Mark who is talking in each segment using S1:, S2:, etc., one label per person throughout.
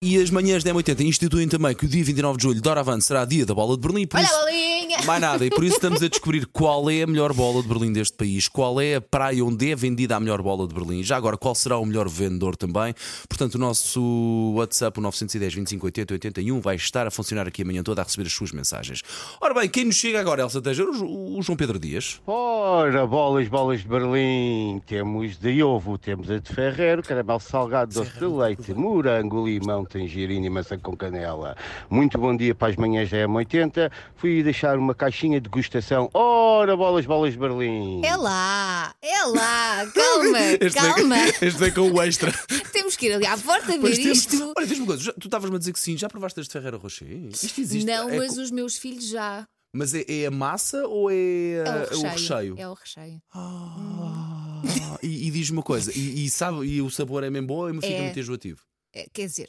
S1: E as manhãs da M80 instituem também que o dia 29 de julho, de Doravante, será dia da bola de Berlim. Por
S2: Olha
S1: isso,
S2: a bolinha!
S1: mais nada. E por isso estamos a descobrir qual é a melhor bola de Berlim deste país, qual é a praia onde é vendida a melhor bola de Berlim. Já agora, qual será o melhor vendedor também. Portanto, o nosso WhatsApp, o 910 25 80 81, vai estar a funcionar aqui amanhã toda a receber as suas mensagens. Ora bem, quem nos chega agora, Elsa Teja? O Jo- o João Pedro Dias.
S3: Ora, bolas, bolas de Berlim. Temos de ovo, temos a de ferreiro, caramelo salgado, doce de leite, morango, limão, tangerina e maçã com canela. Muito bom dia para as manhãs da M80. Fui deixar uma caixinha de degustação. Ora, bolas, bolas de Berlim.
S2: É lá, é lá, calma,
S1: é-
S2: Ah, calma.
S1: este é com o extra.
S2: Temos que ir ali à porta ver
S1: Pois temos-
S2: isto.
S1: Olha, diz-me uma coisa, já- tu estavas-me a dizer que sim, já provaste este Ferreira Rocher? Isto existe.
S2: Não,
S1: É
S2: mas
S1: co-
S2: os meus filhos já.
S1: mas é, é a massa ou é,
S2: É
S1: uh,
S2: o
S1: o
S2: recheio.
S1: recheio?
S2: É o recheio.
S1: Ah, e, e diz-me uma coisa, e, e sabe, e o sabor é mesmo bom ou é- fica
S2: É.
S1: muito enjoativo?
S2: É, Quer dizer,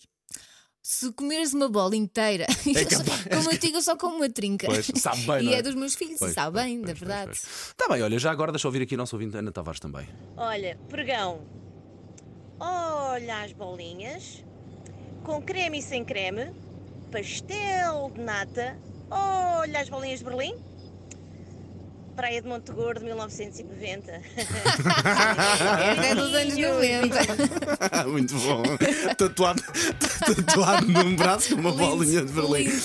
S2: se comeres uma bola inteira,
S1: É capaz.
S2: como eu digo, eu só como uma trinca.
S1: Pois, sabe bem, não
S2: E
S1: é?
S2: é dos meus filhos,
S1: Pois,
S2: e sabe
S1: pois,
S2: bem, da
S1: pois, pois,
S2: verdade.
S1: Está Tá bem, olha, já agora deixa eu ouvir aqui a nossa ouvinte Ana Tavares também.
S4: Olha, pregão. Olha as bolinhas. Com creme e sem creme. Pastel de nata. Olha as bolinhas de Berlim. Praia de Monte Gordo, 1990.
S2: É dos anos 90.
S1: muito bom. Tatuado, tatuado num braço com uma
S2: Lindo,
S1: bolinha de Berlim.
S2: lindo.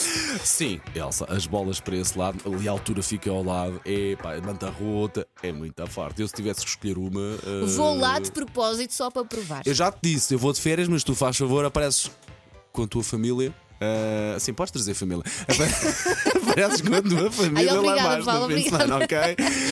S1: Sim, Elsa, as bolas para esse lado, ali a altura fica ao lado, é pá, é manta rota, é muito forte. Eu se tivesse que escolher uma. eh,
S2: Vou lá de propósito só para provar.
S1: Eu já te disse, eu vou de férias, mas tu faz favor, apareces com a tua família. Ah, assim, podes trazer família. Apare- apareces com a tua família
S2: Ai,
S1: lá
S2: obrigada,
S1: mais no
S2: Paulo,
S1: fim de semana, ok?